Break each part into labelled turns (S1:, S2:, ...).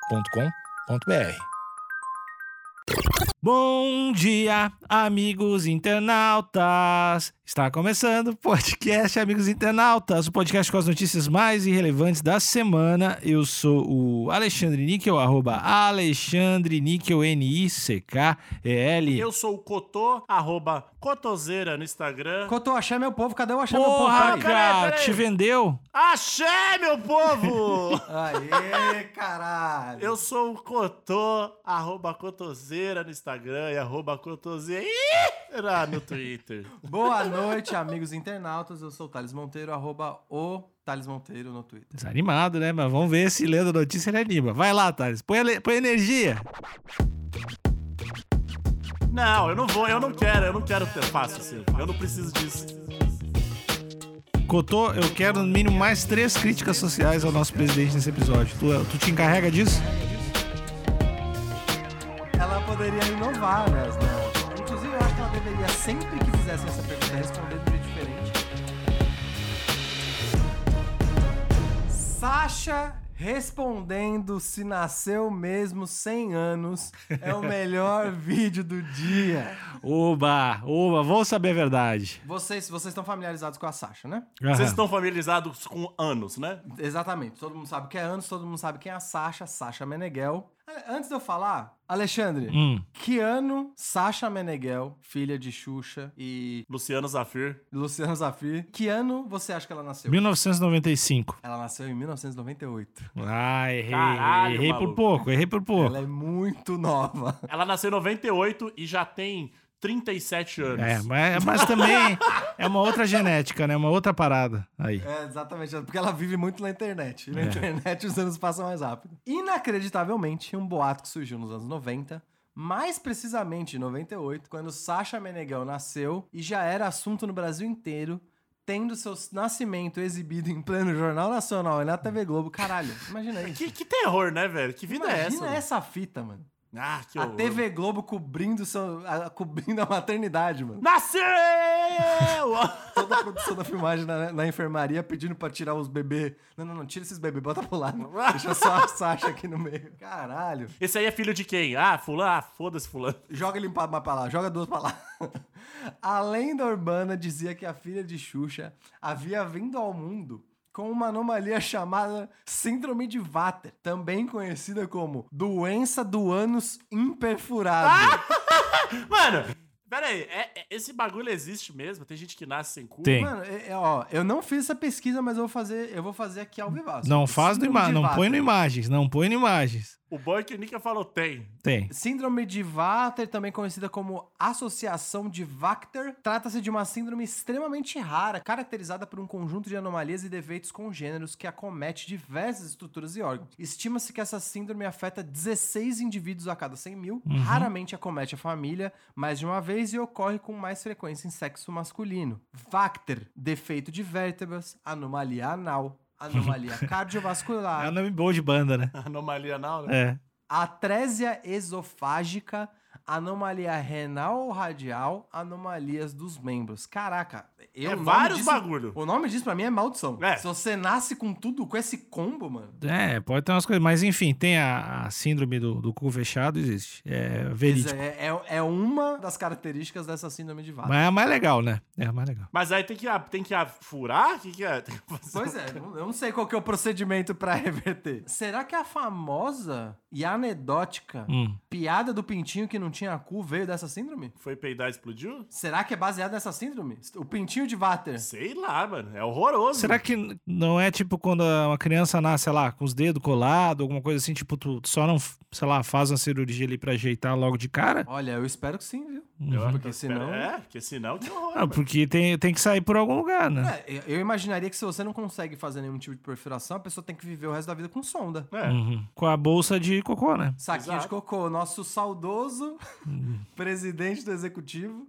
S1: agenciadepodcast.com.br. Bom dia, amigos internautas! Está começando o podcast Amigos Internautas, o podcast com as notícias mais irrelevantes da semana. Eu sou o Alexandre Níquel, arroba Alexandre Níquel, N-I-C-K-E-L.
S2: Eu sou o Cotô, arroba Cotoseira no Instagram.
S3: Cotô, achei meu povo, cadê o achei meu povo?
S1: Porra,
S2: peraí,
S1: cara,
S2: peraí.
S1: te vendeu?
S2: Achei, meu povo!
S3: Aê, caralho!
S2: Eu sou o Cotô, arroba Cotoseira no Instagram e arroba Cotoseira Ah, no Twitter.
S3: Boa noite, amigos internautas. Eu sou o Thales Monteiro, arroba o Thales Monteiro no Twitter.
S1: Desanimado, né? Mas vamos ver se lendo a notícia ele anima. Vai lá, Thales, põe, ele- põe energia.
S2: Não, eu não vou, eu não quero, eu não quero ter fácil assim. Eu não preciso disso.
S1: Cotô, eu quero no mínimo mais três críticas sociais ao nosso presidente nesse episódio. Tu, tu te encarrega disso?
S3: Ela poderia inovar, né? as delas. Inclusive, eu acho que ela deveria, sempre que fizessem essa pergunta, responder de um jeito diferente. Sasha respondendo se nasceu mesmo 100 anos é o melhor vídeo do dia.
S1: Oba, oba, vou saber a verdade.
S3: Vocês, vocês estão familiarizados com a Sasha, né?
S2: Vocês estão familiarizados com anos, né?
S3: Exatamente. Todo mundo sabe o que é anos, todo mundo sabe quem é a Sasha, Sasha Meneghel. Ale- Antes de eu falar, Alexandre,
S1: Hum.
S3: que ano Sasha Meneghel, filha de Xuxa e
S2: Luciano Zafir.
S3: Luciano Zafir, que ano você acha que ela nasceu?
S1: 1995.
S3: Ela nasceu em 1998.
S1: Ah, errei.
S2: Caralho,
S1: errei por
S2: maluco.
S1: pouco, errei por pouco.
S3: Ela é muito nova.
S2: Ela nasceu em 98 e já tem 37 anos.
S1: É, mas, mas também é uma outra genética, né? Uma outra parada. Aí.
S3: É, exatamente, porque ela vive muito na
S2: É.
S3: internet. E na internet os anos passam mais rápido. Inacreditavelmente, um boato que surgiu nos anos 90, mais precisamente em 98, quando Sasha Meneghel nasceu e já era assunto no Brasil inteiro, tendo seu nascimento exibido em pleno Jornal Nacional e na TV Globo. Caralho, imagina isso.
S2: Que, que terror, né, velho? Que vida é essa?
S3: Imagina
S2: mano?
S3: essa fita, mano.
S2: Ah, que
S3: A
S2: horror.
S3: TV Globo cobrindo, seu, a, cobrindo a maternidade, mano.
S2: Nasceu!
S3: Toda a produção da filmagem na, na enfermaria pedindo pra tirar os bebês. Não, não, não, tira esses bebês, bota pro lado. Deixa só a Sasha aqui no meio. Caralho.
S2: Esse aí é filho de quem? Ah, fulano. Ah, foda-se, fulano.
S3: Joga ele pra, pra lá, joga duas pra lá. A lenda urbana dizia que a filha de Xuxa havia vindo ao mundo com uma anomalia chamada Síndrome de Vater, também conhecida como doença do ânus
S1: Ah!
S3: imperfurado.
S2: Mano, pera aí. é- é- esse bagulho existe mesmo? Tem gente que nasce sem cu?
S1: Tem.
S3: Mano, é- é, ó, eu não fiz essa pesquisa, mas eu vou fazer, eu vou fazer aqui ao vivo.
S1: Não faz no ima não
S2: né?
S1: põe no
S3: imagem.
S1: imagens, não põe no imagens.
S2: O boy que Nika falou tem.
S1: Tem.
S3: Síndrome de Vater, também conhecida como associação de Vachter, trata-se de uma síndrome extremamente rara, caracterizada por um conjunto de anomalias e defeitos congêneros que acomete diversas estruturas e órgãos. Estima-se que essa síndrome afeta 16 indivíduos a cada 100 mil, raramente acomete a família mais de uma vez e ocorre com mais frequência em sexo masculino. Vachter, defeito de vértebras, anomalia anal, anomalia
S1: É um
S3: cardiovascular,
S1: nome bom de banda, né?
S2: Anomalia não, né?
S1: É.
S3: atrésia esofágica, anomalia renal ou radial, anomalias dos membros. Caraca, eu
S2: É
S3: o nome
S2: vários
S3: disso-
S2: bagulho.
S3: O nome disso pra mim é maldição.
S2: É.
S3: Se você nasce com tudo, com esse combo, mano.
S1: É, pode ter umas coisas. Mas enfim, tem a, a síndrome do, do cu fechado, existe. É verídico.
S3: Isso É, é, é uma das características dessa síndrome de Vater.
S1: Mas é a mais legal, né? É a mais legal.
S2: Mas aí tem que, a- tem que a- furar? O que, que é? Tem que fazer-
S3: Pois é, eu não- eu não sei qual que é o procedimento pra reverter. Será que a famosa e anedótica
S1: Hum.
S3: piada do pintinho que não tinha cu veio dessa síndrome?
S2: Foi peidar e explodiu?
S3: Será que é baseado nessa síndrome? O pintinho de Vater.
S2: Sei lá, mano. É horroroso.
S1: Será que n- não é tipo quando a- uma criança nasce, sei lá, com os dedos colados, alguma coisa assim, tipo, tu só não, f- sei lá, faz uma cirurgia ali pra ajeitar logo de cara?
S3: Olha, eu espero que sim, viu?
S2: Eu-
S3: Porque
S2: eu-
S3: senão-
S2: É, porque senão que horror.
S1: Ah,
S2: mano.
S1: porque tem, tem que sair por algum lugar, né?
S3: É, eu- eu imaginaria que se você não consegue fazer nenhum tipo de perfuração, a pessoa tem que viver o resto da vida com sonda.
S2: É.
S1: Uhum. Com a bolsa de cocô, né?
S3: Saquinho
S2: Exato. Hum.
S3: de cocô, nosso saudoso presidente do executivo.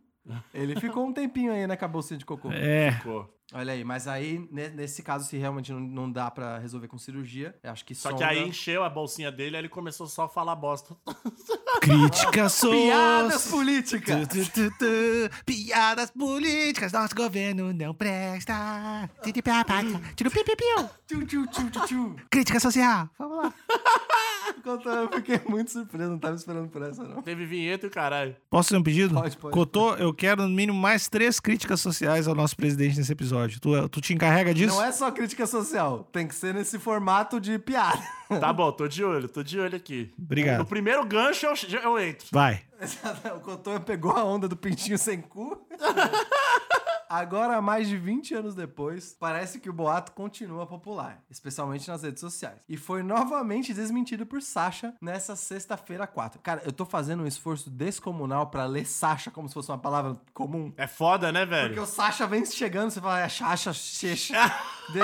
S3: Ele ficou um tempinho aí, né, com a bolsinha de cocô.
S1: É.
S2: Ficou.
S3: Olha aí, mas aí, ne- nesse caso, se realmente não- não dá pra resolver com cirurgia, eu acho que
S2: Só que
S3: sonda-
S2: aí encheu a bolsinha dele, aí ele começou só a falar bosta.
S1: Críticas so...
S3: Piadas políticas!
S1: Piadas políticas, nosso governo não presta. Tiro piu-piu-piu.
S3: Tchum, tchum, tchum, tchum, tchum.
S1: Crítica social, vamos lá.
S3: Enquanto eu fiquei muito surpreso, não tava esperando por essa, não.
S2: Teve vinheta e o caralho.
S1: Posso fazer um pedido?
S3: Pode, pode.
S1: Cotô, eu quero no mínimo mais três críticas sociais ao nosso presidente nesse episódio. Tu, tu te encarrega disso?
S3: Não é só crítica social, tem que ser nesse formato de piada.
S2: Tá bom, tô de olho, tô de olho aqui.
S1: Obrigado.
S2: No primeiro gancho eu, eu entro.
S1: Vai.
S3: o Cotô pegou a onda do pintinho sem cu. Agora, mais de 20 anos depois, parece que o boato continua popular, especialmente nas redes sociais. E foi novamente desmentido por Sasha nessa sexta-feira 4. Cara, eu tô fazendo um esforço descomunal pra ler Sasha como se fosse uma palavra comum.
S2: É foda, né, velho?
S3: Porque o Sasha vem chegando, você fala, é Sasha, Sasha. De-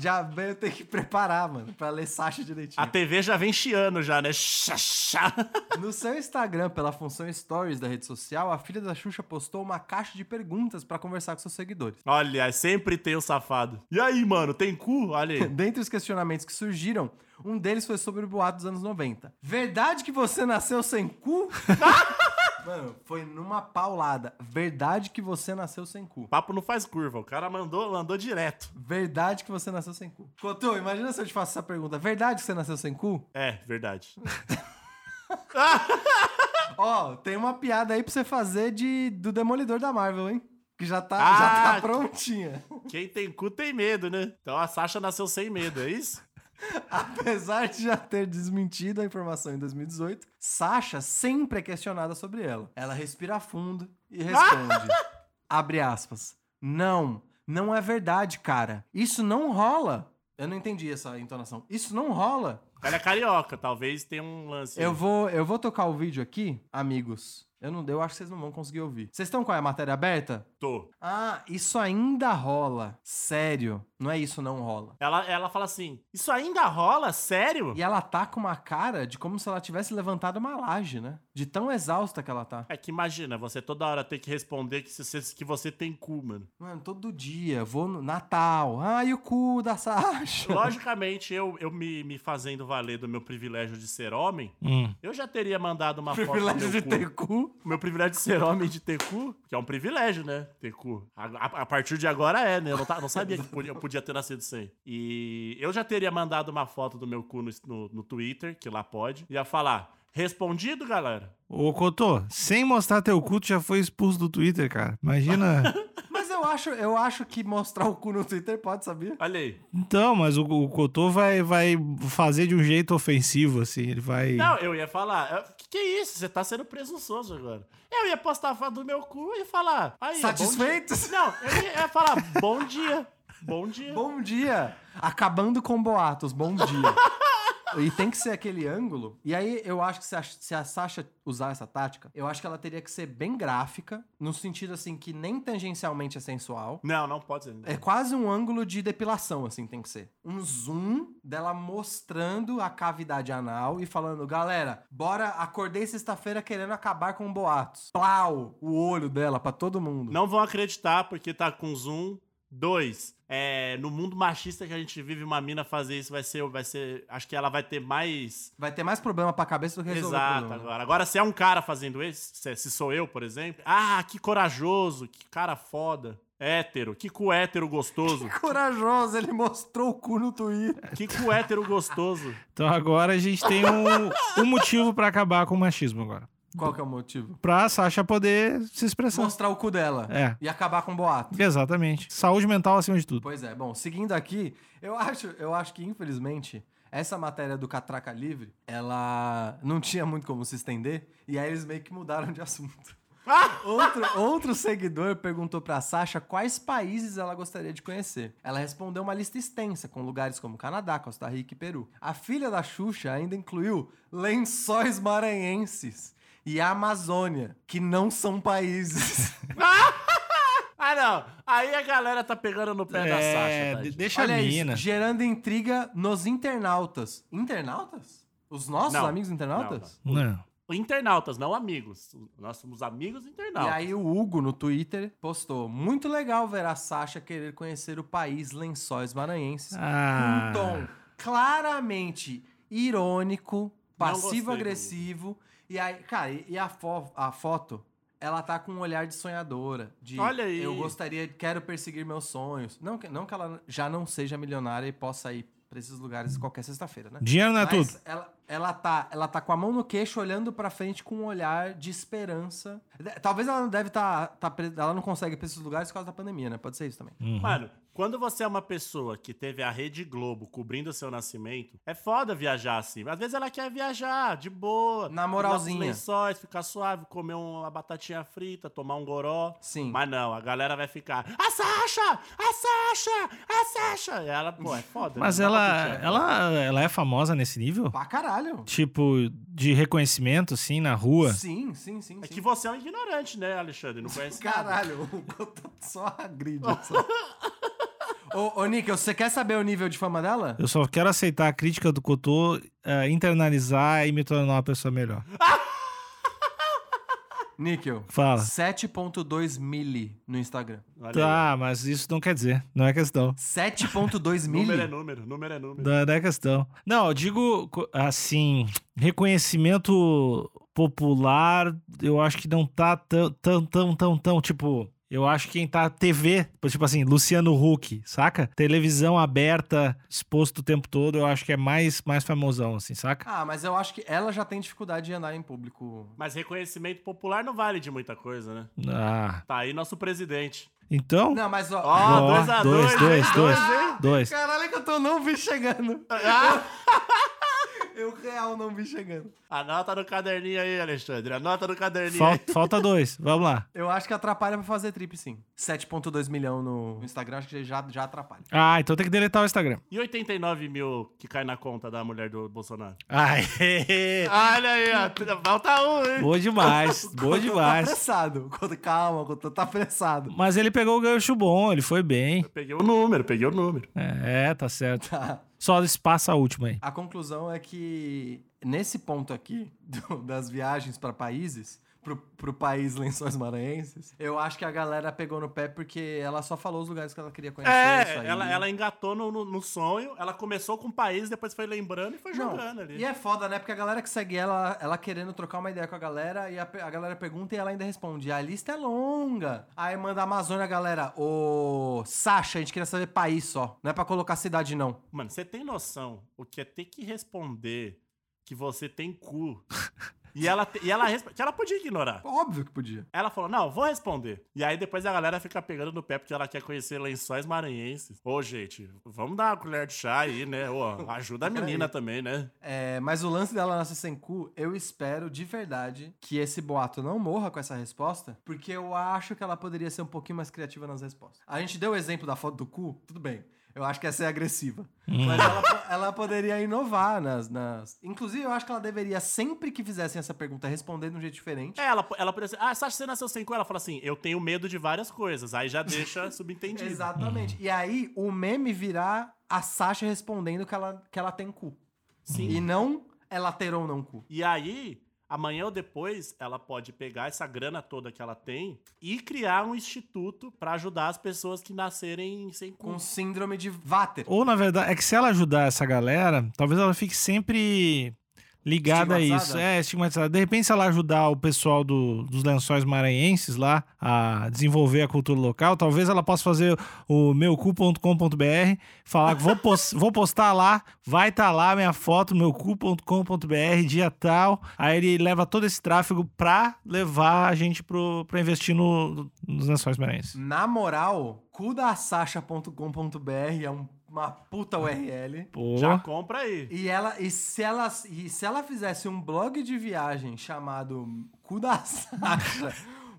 S3: Já veio ter que preparar, mano, pra ler Sasha direitinho.
S2: A TV já vem chiando já, né? Chá, chá.
S3: No seu Instagram, pela função Stories da rede social, a filha da Xuxa postou uma caixa de perguntas pra conversar com seus seguidores.
S2: Olha, é sempre tem o safado. E aí, mano, tem cu? Olha aí.
S3: Dentre os questionamentos que surgiram, um deles foi sobre o boato dos anos 90. Verdade que você nasceu sem cu? Mano, foi numa paulada. Verdade que você nasceu sem cu.
S2: Papo não faz curva, o cara mandou, mandou direto.
S3: Verdade que você nasceu sem cu. Cotô, imagina se eu te faço essa pergunta. Verdade que você nasceu sem cu?
S2: É, verdade.
S3: Ó, tem uma piada aí pra você fazer de, do Demolidor da Marvel, hein? Que já tá,
S2: Ah,
S3: já tá
S2: que-
S3: prontinha.
S2: Quem tem cu tem medo, né? Então a Sasha nasceu sem medo, é isso?
S3: Apesar de já ter desmentido a informação em 2018, Sasha sempre é questionada sobre ela. Ela respira fundo e responde: abre aspas. Não, não é verdade, cara. Isso não rola. Eu não entendi essa entonação. Isso não rola.
S2: Ela é carioca, talvez tenha um lance.
S3: Eu vou, eu vou tocar o vídeo aqui, amigos. Eu não, eu acho que vocês não vão conseguir ouvir. Vocês estão com a matéria aberta?
S2: Tô.
S3: Ah, isso ainda rola. Sério. Não é isso não rola.
S2: Ela, ela fala assim: Isso ainda rola? Sério?
S3: E ela tá com uma cara de como se ela tivesse levantado uma laje, né? De tão exausta que ela tá.
S2: É que imagina, você toda hora tem que responder que você, que você tem cu, mano.
S3: Mano, todo dia, vou no Natal. Ai, o cu da Sasha.
S2: Logicamente, eu, eu me, me fazendo valer do meu privilégio de ser homem,
S1: Hum.
S2: eu já teria mandado uma foto.
S3: Privilégio
S2: do
S3: de
S2: meu cu.
S3: ter cu.
S2: Meu privilégio de ser homem e de ter cu, que é um privilégio, né? Ter cu. A, a- a partir de agora é, né? Eu não, tá- não sabia que podia- eu podia ter nascido sem. E eu já teria mandado uma foto do meu cu no, no, no Twitter, que lá pode, ia falar: respondido, galera.
S1: Ô, Cotô, sem mostrar teu culto, já foi expulso do Twitter, cara. Imagina.
S3: Mas eu acho, eu acho que mostrar o cu no Twitter pode, sabia?
S2: Olha aí.
S1: então, mas o, o Cotô vai, vai fazer de um jeito ofensivo, assim. Ele vai.
S2: Não, eu ia falar: "Ah, que que é isso? Você tá sendo presunçoso agora. Eu ia postar a foto do meu cu e falar: aí, ó, bom dia."
S3: Satisfeitos?
S2: Não, eu ia, eu ia falar: bom dia. Bom dia.
S3: Bom dia! Acabando com boatos, bom dia. E tem que ser aquele ângulo. E aí, eu acho que se a, se a Sasha usar essa tática, eu acho que ela teria que ser bem gráfica, no sentido assim que nem tangencialmente é sensual.
S2: Não, não pode ser.
S3: É quase um ângulo de depilação, assim, tem que ser. Um zoom dela mostrando a cavidade anal e falando: galera, bora, acordei sexta-feira querendo acabar com boatos. Plau! O olho dela pra todo mundo.
S2: Não vão acreditar porque tá com zoom. Dois, é, no mundo machista que a gente vive, uma mina fazer isso vai ser, vai ser, acho que ela vai ter mais.
S3: Vai ter mais problema pra cabeça do que resolver. o
S2: Exato,
S3: problema.
S2: agora. Agora, se é um cara fazendo isso, se, se sou eu, por exemplo, ah, que corajoso, que cara foda, hétero, que cu hétero gostoso,
S3: Corajoso, ele mostrou o cu no Twitter.
S2: que cu hétero gostoso.
S1: Então agora a gente tem um, um motivo pra acabar com o machismo agora.
S3: Qual que é o motivo?
S1: Pra Sasha poder se expressar.
S3: Mostrar o cu dela.
S1: É.
S3: E acabar com o boato.
S1: Exatamente. Saúde mental acima de tudo.
S3: Pois é, bom, seguindo aqui, eu acho, eu acho que infelizmente essa matéria do Catraca Livre, ela não tinha muito como se estender, e aí eles meio que mudaram de assunto.
S2: Ah,
S3: Outro, outro seguidor perguntou pra Sasha quais países ela gostaria de conhecer. Ela respondeu uma lista extensa, com lugares como Canadá, Costa Rica e Peru. A filha da Xuxa ainda incluiu lençóis maranhenses e a Amazônia, que não são países.
S2: Ah, não, aí a galera tá pegando no pé da
S1: É,
S2: Sasha.
S1: de-
S2: tadinho.
S1: deixa
S3: Olha
S1: a
S3: isso,
S1: mina.
S3: gerando intriga nos internautas. Internautas? Os nossos
S2: Não.
S3: amigos internautas?
S1: Não.
S2: internautas, não amigos. Nós somos amigos internautas.
S3: E aí o Hugo no Twitter postou: Muito legal ver a Sasha querer conhecer o país Lençóis Maranhenses.
S1: Ah.
S3: Um tom claramente irônico, passivo-agressivo. E aí, cara, e e a, fo- a foto, ela tá com um olhar de sonhadora. De
S2: Olha aí.
S3: eu gostaria, quero perseguir meus sonhos. Não que, não que ela já não seja milionária e possa ir pra esses lugares qualquer sexta-feira, né?
S1: Dinheiro não é
S3: Mas
S1: tudo.
S3: Ela, ela, tá, ela tá com a mão no queixo, olhando pra frente com um olhar de esperança. De- Talvez ela não deve estar. ela não consegue ir pra esses lugares por causa da pandemia, né? Pode ser isso também.
S1: Uhum.
S2: Mano, quando você é uma pessoa que teve a Rede Globo cobrindo o seu nascimento, é foda viajar assim. Às vezes ela quer viajar de boa.
S3: Na
S2: usar
S3: moralzinha.
S2: uns lençóis, ficar suave, comer um, uma batatinha frita, tomar um goró.
S3: Sim.
S2: Mas não, a galera vai ficar. A Sasha! A Sasha! A Sasha! E ela, pô, é foda.
S1: Mas
S2: não dá pra
S1: ela,
S2: curtir.
S1: ela, ela é famosa nesse nível?
S3: Pra caralho.
S1: Tipo, de reconhecimento, assim, na rua?
S3: Sim, sim, sim.
S2: É
S3: sim.
S2: que você é um ignorante, né, Alexandre? Não conhece nada.
S3: Caralho, o Goto só agride. Só. ô, ô, Níquel, você quer saber o nível de fama dela?
S1: Eu só quero aceitar a crítica do Cotô, eh, internalizar e me tornar uma pessoa melhor.
S3: Níquel,
S1: Fala.
S3: 7.2 mili no Instagram.
S2: Olha aí.
S1: Tá, mas isso não quer dizer. Não é questão.
S3: 7.2
S2: Número é
S3: mili?
S2: número, número é número.
S1: Não é, não é questão. Não, eu digo co- assim, reconhecimento popular, eu acho que não tá tão, tão, tão, tão, tão, tipo. Eu acho que quem tá TV, tipo assim, Luciano Huck, saca? Televisão aberta, exposto o tempo todo, eu acho que é mais, mais famosão, assim, saca?
S3: Ah, mas eu acho que ela já tem dificuldade de andar em público.
S2: Mas reconhecimento popular não vale de muita coisa, né?
S1: Ah,
S2: Tá aí nosso presidente.
S1: então.
S3: Não, mas ó.
S2: Ó,
S1: Ó,
S2: 2x2.
S1: dois, dois, dois.
S2: hein?
S1: Dois.
S3: Caralho, que eu tô não vi chegando.
S2: Ah,
S3: Eu real não vi chegando.
S2: anota no caderninho aí, Alexandre. Anota no caderninho
S1: Fal-
S2: aí.
S1: falta dois, vamos lá.
S3: Eu acho que atrapalha pra fazer trip, sim. 7.2 milhão no Instagram, acho que já, já atrapalha.
S1: Ah, então tem que deletar o Instagram.
S2: E 89 mil que cai na conta da mulher do Bolsonaro?
S1: Aê!
S2: Olha aí, ó. Falta um, hein?
S1: É. Boa demais, boa
S3: Tá
S1: demais.
S3: apressado. Quando- Calma, quando tá apressado.
S1: Mas ele pegou o gancho bom, ele foi bem.
S2: Peguei o número, peguei o número.
S1: É, é, tá certo.
S3: Tá.
S1: Só passa a última aí.
S3: A conclusão é que nesse ponto aqui do- das viagens pra países, pro, pro país Lençóis Maranhenses, eu acho que a galera pegou no pé porque ela só falou os lugares que ela queria conhecer. isso
S2: É,
S3: aí. né?
S2: ela, ela engatou no, no- no sonho, ela começou com o país, depois foi lembrando e foi
S3: Não,
S2: jogando ali.
S3: E é foda, né? Porque a galera que segue ela, ela querendo trocar uma ideia com a galera, e a, pe- a galera pergunta e ela ainda responde. A lista é longa. Aí manda a Amazônia, a galera. Ô, Sasha, a gente queria saber país só. Não é pra colocar cidade, não.
S2: Mano, você tem noção o que é ter que responder que você tem cu? e ela, te- e ela responde. Que ela podia ignorar.
S3: Óbvio que podia.
S2: Ela falou, não, vou responder. E aí depois a galera fica pegando no pé porque ela quer conhecer lençóis maranhenses. Ô, gente, vamos dar uma colher de chá aí, né? Ô, ajuda a menina também, né?
S3: É, mas o lance dela nascer sem cu, eu espero de verdade que esse boato não morra com essa resposta, porque eu acho que ela poderia ser um pouquinho mais criativa nas respostas. A gente deu o exemplo da foto do cu, tudo bem. Eu acho que essa é agressiva. Mas ela, po- ela poderia inovar nas, nas. Inclusive, eu acho que ela deveria, sempre que fizessem essa pergunta, responder de um jeito diferente.
S2: É, ela, ela poderia ser, ah, Sasha, você nasceu sem cu? Ela fala assim, eu tenho medo de várias coisas. Aí já deixa subentendido.
S3: Exatamente. E aí, o meme virá a Sasha respondendo que ela, que ela tem cu.
S2: Sim.
S3: E não ela ter ou não cu.
S2: E aí, amanhã ou depois, ela pode pegar essa grana toda que ela tem e criar um instituto pra ajudar as pessoas que nascerem sem cu.
S3: Com síndrome de Vater.
S1: Ou, na verdade, é que se ela ajudar essa galera, talvez ela fique sempre ligada a isso.
S3: Estigmatizada?
S1: É, estigmatizada. De repente, se ela ajudar o pessoal do- dos lençóis maranhenses lá a desenvolver a cultura local, talvez ela possa fazer o meucu.com.br, falar que vou, pos- vou postar lá, vai estar lá minha foto, meucu.com.br, dia tal. Aí ele leva todo esse tráfego pra levar a gente pro, pra investir no- nos lençóis maranhenses.
S3: Na moral, cudasasha.com.br é um- uma puta URL.
S1: Pô.
S2: Já compra aí.
S3: E ela, e se ela, e se ela fizesse um blog de viagem chamado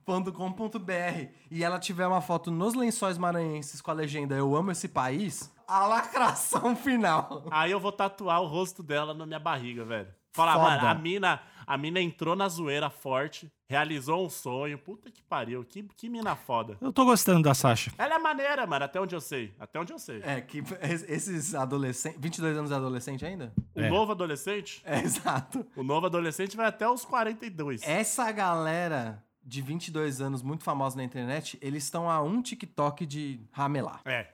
S3: cudasasha.com.br e ela tiver uma foto nos lençóis maranhenses com a legenda Eu amo esse país, a lacração final.
S2: Aí eu vou tatuar o rosto dela na minha barriga, velho. Falar,
S3: Foda.
S2: mano, a mina, a mina entrou na zoeira forte, realizou um sonho. Puta que pariu, que, que mina foda.
S1: Eu tô gostando da Sasha.
S2: Ela é maneira, mano, até onde eu sei. Até onde eu sei.
S3: É, que es- esses adolescentes. 22 anos é adolescente ainda?
S2: O
S1: É.
S2: novo adolescente,
S3: É, exato.
S2: o novo adolescente vai até os 42.
S3: Essa galera de 22 anos muito famosa na internet, eles estão a um TikTok de ramelar.
S2: É.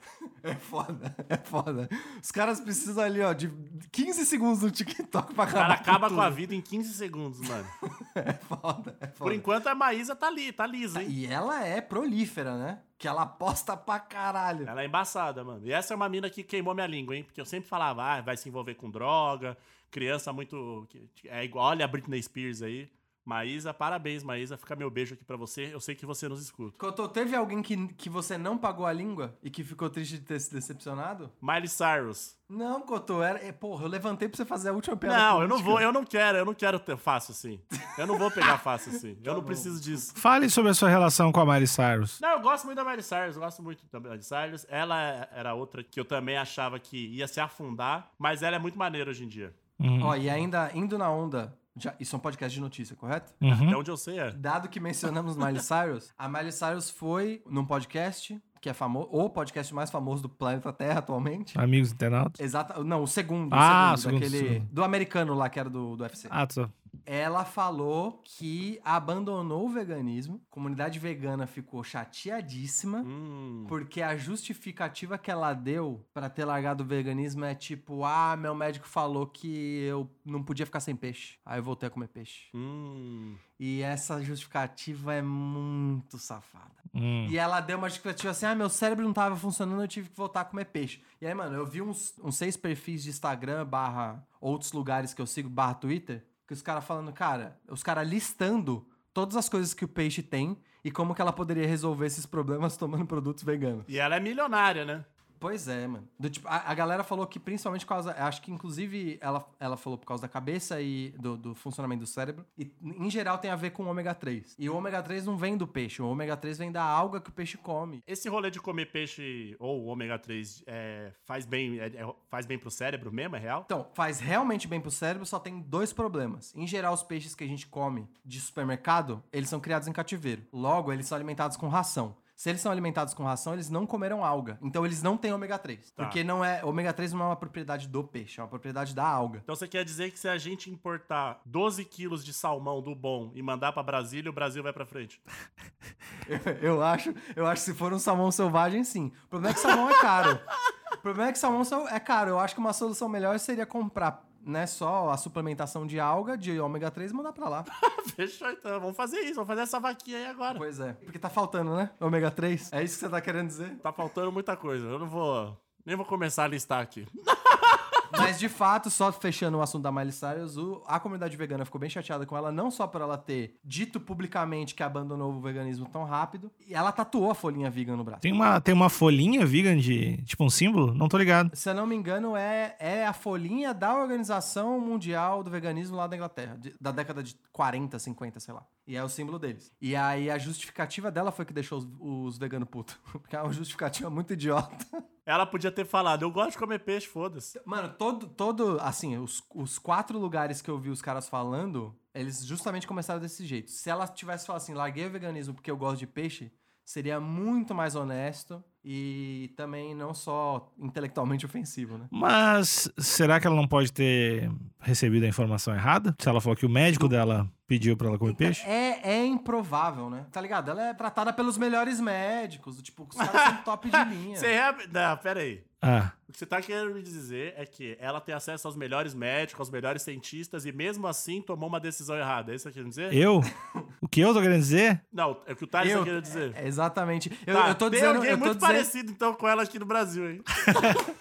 S3: É foda, é foda. Os caras precisam ali, ó, de 15 segundos no TikTok pra
S2: O cara
S3: acabar.
S2: acaba
S3: tudo.
S2: com a vida em 15 segundos, mano.
S3: É foda, é
S2: Por
S3: foda.
S2: enquanto, a Maísa tá ali, tá lisa, hein?
S3: E ela é prolífera, né? Que ela aposta pra caralho.
S2: Ela é embaçada, mano. E essa é uma mina que queimou minha língua, hein? Porque eu sempre falava, ah, vai se envolver com droga, criança muito. É igual, olha a Britney Spears aí. Maísa, parabéns, Maísa. Fica meu beijo aqui pra você. Eu sei que você nos escuta.
S3: Cotô, teve alguém que, que você não pagou a língua e que ficou triste de ter se decepcionado?
S2: Miley Cyrus.
S3: Não, Cotô, era. é, porra, eu levantei pra você fazer a última piada.
S2: Não, eu não
S3: política.
S2: vou, eu não quero, eu não quero ter fácil assim. Eu não vou pegar fácil assim. Eu não preciso disso.
S1: Fale sobre a sua relação com a Miley Cyrus.
S2: Não, eu gosto muito da Miley Cyrus, eu gosto muito da Miley Cyrus. Ela era outra que eu também achava que ia se afundar, mas ela é muito maneira hoje em dia.
S1: Uhum.
S3: Ó, e ainda indo na onda. já- isso é um podcast de notícia, correto?
S1: Uhum.
S2: Até onde eu sei é.
S3: Dado que mencionamos Miley Cyrus, a Miley Cyrus foi num podcast, que é famoso, o podcast mais famoso do planeta Terra atualmente.
S1: Amigos internautas.
S3: Exata, não, o segundo,
S1: Ah,
S3: o segundo,
S1: segundo,
S3: daquele,
S1: segundo.
S3: do americano lá que era do, do UFC.
S1: Ah, tô.
S3: Ela falou que abandonou o veganismo, a comunidade vegana ficou chateadíssima.
S2: Hum.
S3: Porque a justificativa que ela deu pra ter largado o veganismo é tipo, ah, meu médico falou que eu não podia ficar sem peixe. Aí eu voltei a comer peixe.
S2: Hum.
S3: E essa justificativa é muito safada.
S1: Hum.
S3: E ela deu uma justificativa assim: ah, meu cérebro não tava funcionando, eu tive que voltar a comer peixe. E aí, mano, eu vi uns, uns seis perfis de Instagram, barra outros lugares que eu sigo, barra Twitter, que os caras falando, cara, os caras listando todas as coisas que o peixe tem e como que ela poderia resolver esses problemas tomando produtos veganos.
S2: E ela é milionária, né?
S3: Pois é, mano. Do tipo, a, a galera falou que principalmente por causa. Acho que inclusive ela, ela falou por causa da cabeça e do, do funcionamento do cérebro. E em geral tem a ver com o ômega 3. E o ômega 3 não vem do peixe, o ômega 3 vem da alga que o peixe come.
S2: Esse rolê de comer peixe ou ômega 3 é, faz, bem, é- é- faz bem pro cérebro mesmo, é real?
S3: Então, faz realmente bem pro cérebro, só tem dois problemas. Em geral, os peixes que a gente come de supermercado, eles são criados em cativeiro. Logo, eles são alimentados com ração. Se eles são alimentados com ração, eles não comeram alga. Então eles não têm ômega 3.
S2: Tá.
S3: Porque não é. Ômega 3 não é uma propriedade do peixe, é uma propriedade da alga.
S2: Então você quer dizer que se a gente importar 12 quilos de salmão do bom e mandar pra Brasília, o Brasil vai pra frente?
S3: Eu acho, eu acho que se for um salmão selvagem, sim. O problema é que salmão é caro. O problema é que salmão sel- é caro. Eu acho que uma solução melhor seria comprar, né, só a suplementação de alga, de ômega 3 e mandar pra lá.
S2: Fechou então, vamos fazer isso, vamos fazer essa vaquinha aí agora.
S3: Pois é. Porque tá faltando, né? Ômega 3. É isso que você tá querendo dizer?
S2: Tá faltando muita coisa, eu não vou... Nem vou começar a listar aqui.
S3: Mas de fato, só fechando o assunto da Miley Cyrus, o- a comunidade vegana ficou bem chateada com ela, não só por ela ter dito publicamente que abandonou o veganismo tão rápido, e ela tatuou a folhinha vegan no braço.
S1: Tem uma, tem uma folhinha vegan de. Tipo um símbolo? Não tô ligado.
S3: Se eu não me engano, é, é a folhinha da Organização Mundial do Veganismo lá da Inglaterra, de- da década de 40, 50, sei lá. E é o símbolo deles. E aí a justificativa dela foi que deixou os, os veganos putos. Porque é uma justificativa muito idiota.
S2: Ela podia ter falado, eu gosto de comer peixe, foda-se.
S3: Mano, todo, todo assim, os, os quatro lugares que eu vi os caras falando, eles justamente começaram desse jeito. Se ela tivesse falado assim, larguei o veganismo porque eu gosto de peixe, seria muito mais honesto e também não só intelectualmente ofensivo, né?
S1: Mas será que ela não pode ter recebido a informação errada? Se ela falou que o médico dela pediu pra ela comer peixe?
S3: É, é improvável, né? Tá ligado? Ela é tratada pelos melhores médicos, do tipo, os caras são top de linha.
S2: Você é... Não, pera aí.
S1: Ah.
S2: O que você tá querendo me dizer é que ela tem acesso aos melhores médicos, aos melhores cientistas e mesmo assim tomou uma decisão errada. É isso que você tá querendo dizer?
S1: Eu? O que eu tô querendo dizer?
S2: Não, é o que o Thales
S3: Eu-
S2: tá querendo dizer.
S3: É, exatamente. Eu,
S2: Tá,
S3: eu tô
S2: tem
S3: dizendo,
S2: alguém
S3: eu tô
S2: muito
S3: dizendo,
S2: parecido então com ela aqui no Brasil, hein?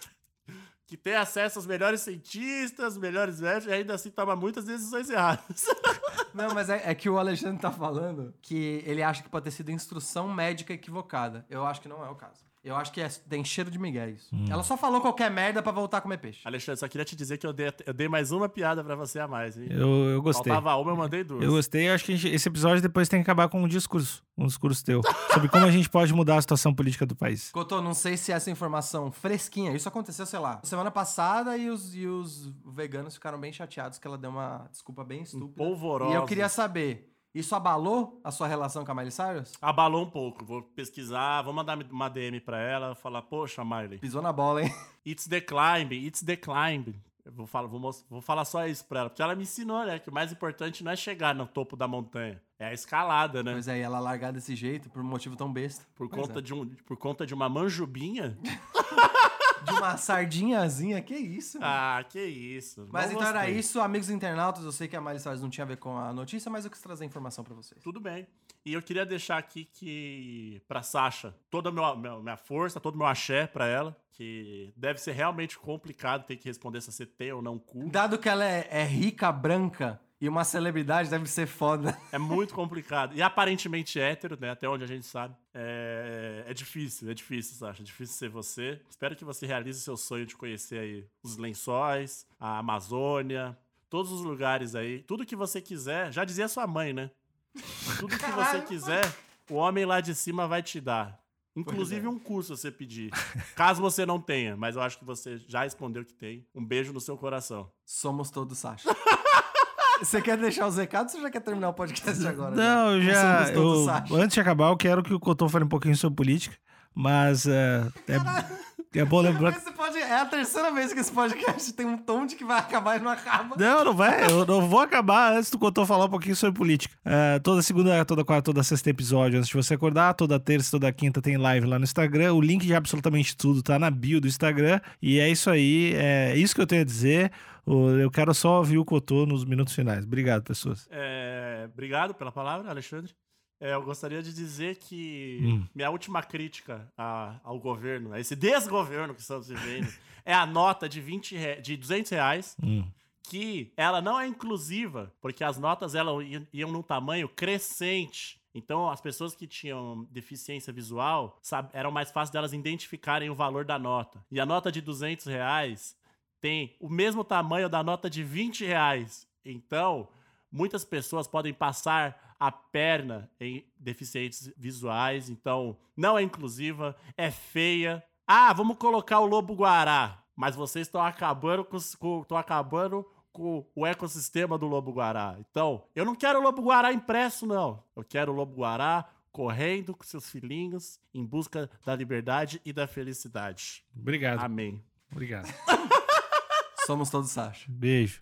S2: que tem acesso aos melhores cientistas, melhores médicos e ainda assim toma muitas decisões erradas.
S3: Não, mas é, é que o Alexandre tá falando que ele acha que pode ter sido instrução médica equivocada. Eu acho que não é o caso. Eu acho que é, tem cheiro de migué isso.
S2: Hum.
S3: Ela só falou qualquer merda pra voltar a comer peixe.
S2: Alexandre, só queria te dizer que eu dei, eu dei mais uma piada pra você a mais, hein?
S1: Eu, eu gostei.
S2: Faltava uma, eu mandei duas.
S1: Eu gostei, eu acho que a gente- esse episódio depois tem que acabar com um discurso, um discurso teu, sobre como a gente pode mudar a situação política do país.
S3: Cotô, não sei se essa informação fresquinha, isso aconteceu, sei lá, semana passada e os, e os veganos ficaram bem chateados que ela deu uma desculpa bem estúpida.
S2: Polvorosa.
S3: e eu queria saber, isso abalou a sua relação com a Miley Cyrus?
S2: Abalou um pouco. Vou pesquisar, vou mandar uma DM pra ela, falar, poxa, Miley,
S3: Pisou na bola, hein?
S2: it's the climb, it's the climb. Eu vou falar, vou, mos- vou falar só isso pra ela, porque ela me ensinou, né, que o mais importante não é chegar no topo da montanha, é a escalada, né?
S3: Pois é, e ela largar desse jeito por um motivo tão besta.
S2: Por
S3: Pois
S2: conta,
S3: é.
S2: de um, por conta de uma manjubinha?
S3: de uma sardinhazinha, que isso? mano.
S2: Ah, que isso.
S3: Mas
S2: não
S3: então era
S2: gostei.
S3: isso, amigos internautas. Eu sei que a Miley Cyrus não tinha a ver com a notícia, mas eu quis trazer a informação pra vocês.
S2: Tudo bem. E eu queria deixar aqui que, pra Sasha, toda a minha, minha- minha força, todo o meu axé pra ela, que deve ser realmente complicado ter que responder se você tem ou não cu.
S3: Dado que ela é, é rica, branca e uma celebridade, deve ser foda.
S2: É muito complicado. E aparentemente hétero, né? Até onde a gente sabe. É, é difícil, é difícil, Sasha. É difícil ser você. Espero que você realize seu sonho de conhecer aí os lençóis, a Amazônia, todos os lugares aí. Tudo que você quiser. Já dizia sua mãe, né? Tudo que você
S3: Caralho.
S2: quiser, o homem lá de cima vai te dar. Inclusive um curso se você pedir. Caso você não tenha, mas eu acho que você já respondeu que tem. Um beijo no seu coração.
S3: Somos todos Sasha. Você quer deixar os recados ou já quer terminar o podcast agora? né?
S1: Não, eu já.
S3: Somos todos
S1: eu-
S3: Sasha.
S1: antes de acabar, eu quero que o Cotô fale um pouquinho sobre política, mas eh, é, é bom lembrar.
S3: Esse pod- É a terceira vez que esse podcast tem um tom de que vai acabar e não acaba.
S1: Não, não vai. Eu não vou acabar antes do Cotô falar um pouquinho sobre política. Eh, toda segunda, toda quarta, toda sexta tem episódio antes de você acordar. Toda terça, toda quinta tem live lá no Instagram. O link de absolutamente tudo tá na bio do Instagram. E é isso aí. É isso que eu tenho a dizer. O- Eu quero só ouvir o Cotô nos minutos finais. Obrigado, pessoas.
S2: É, obrigado pela palavra, Alexandre. É, eu gostaria de dizer que
S1: Hum.
S2: minha última crítica a- ao governo, a esse desgoverno que estamos vivendo, é a nota de, 20 re- de 200 reais,
S1: Hum.
S2: que ela não é inclusiva, porque as notas elas iam- iam num tamanho crescente. Então, as pessoas que tinham deficiência visual, sabe, eram mais fácil delas identificarem o valor da nota. E a nota de 200 reais tem o mesmo tamanho da nota de 20 reais. Então, muitas pessoas podem passar a perna em deficientes visuais, então não é inclusiva, é feia. Ah, vamos colocar o lobo guará, mas vocês estão acabando com, os- com estão acabando com o ecossistema do lobo guará. Então, eu não quero o lobo guará impresso não. Eu quero o lobo guará correndo com seus filhinhos em busca da liberdade e da felicidade.
S1: Obrigado.
S2: Amém.
S1: Obrigado.
S3: Somos todos Sasha.
S1: Beijo.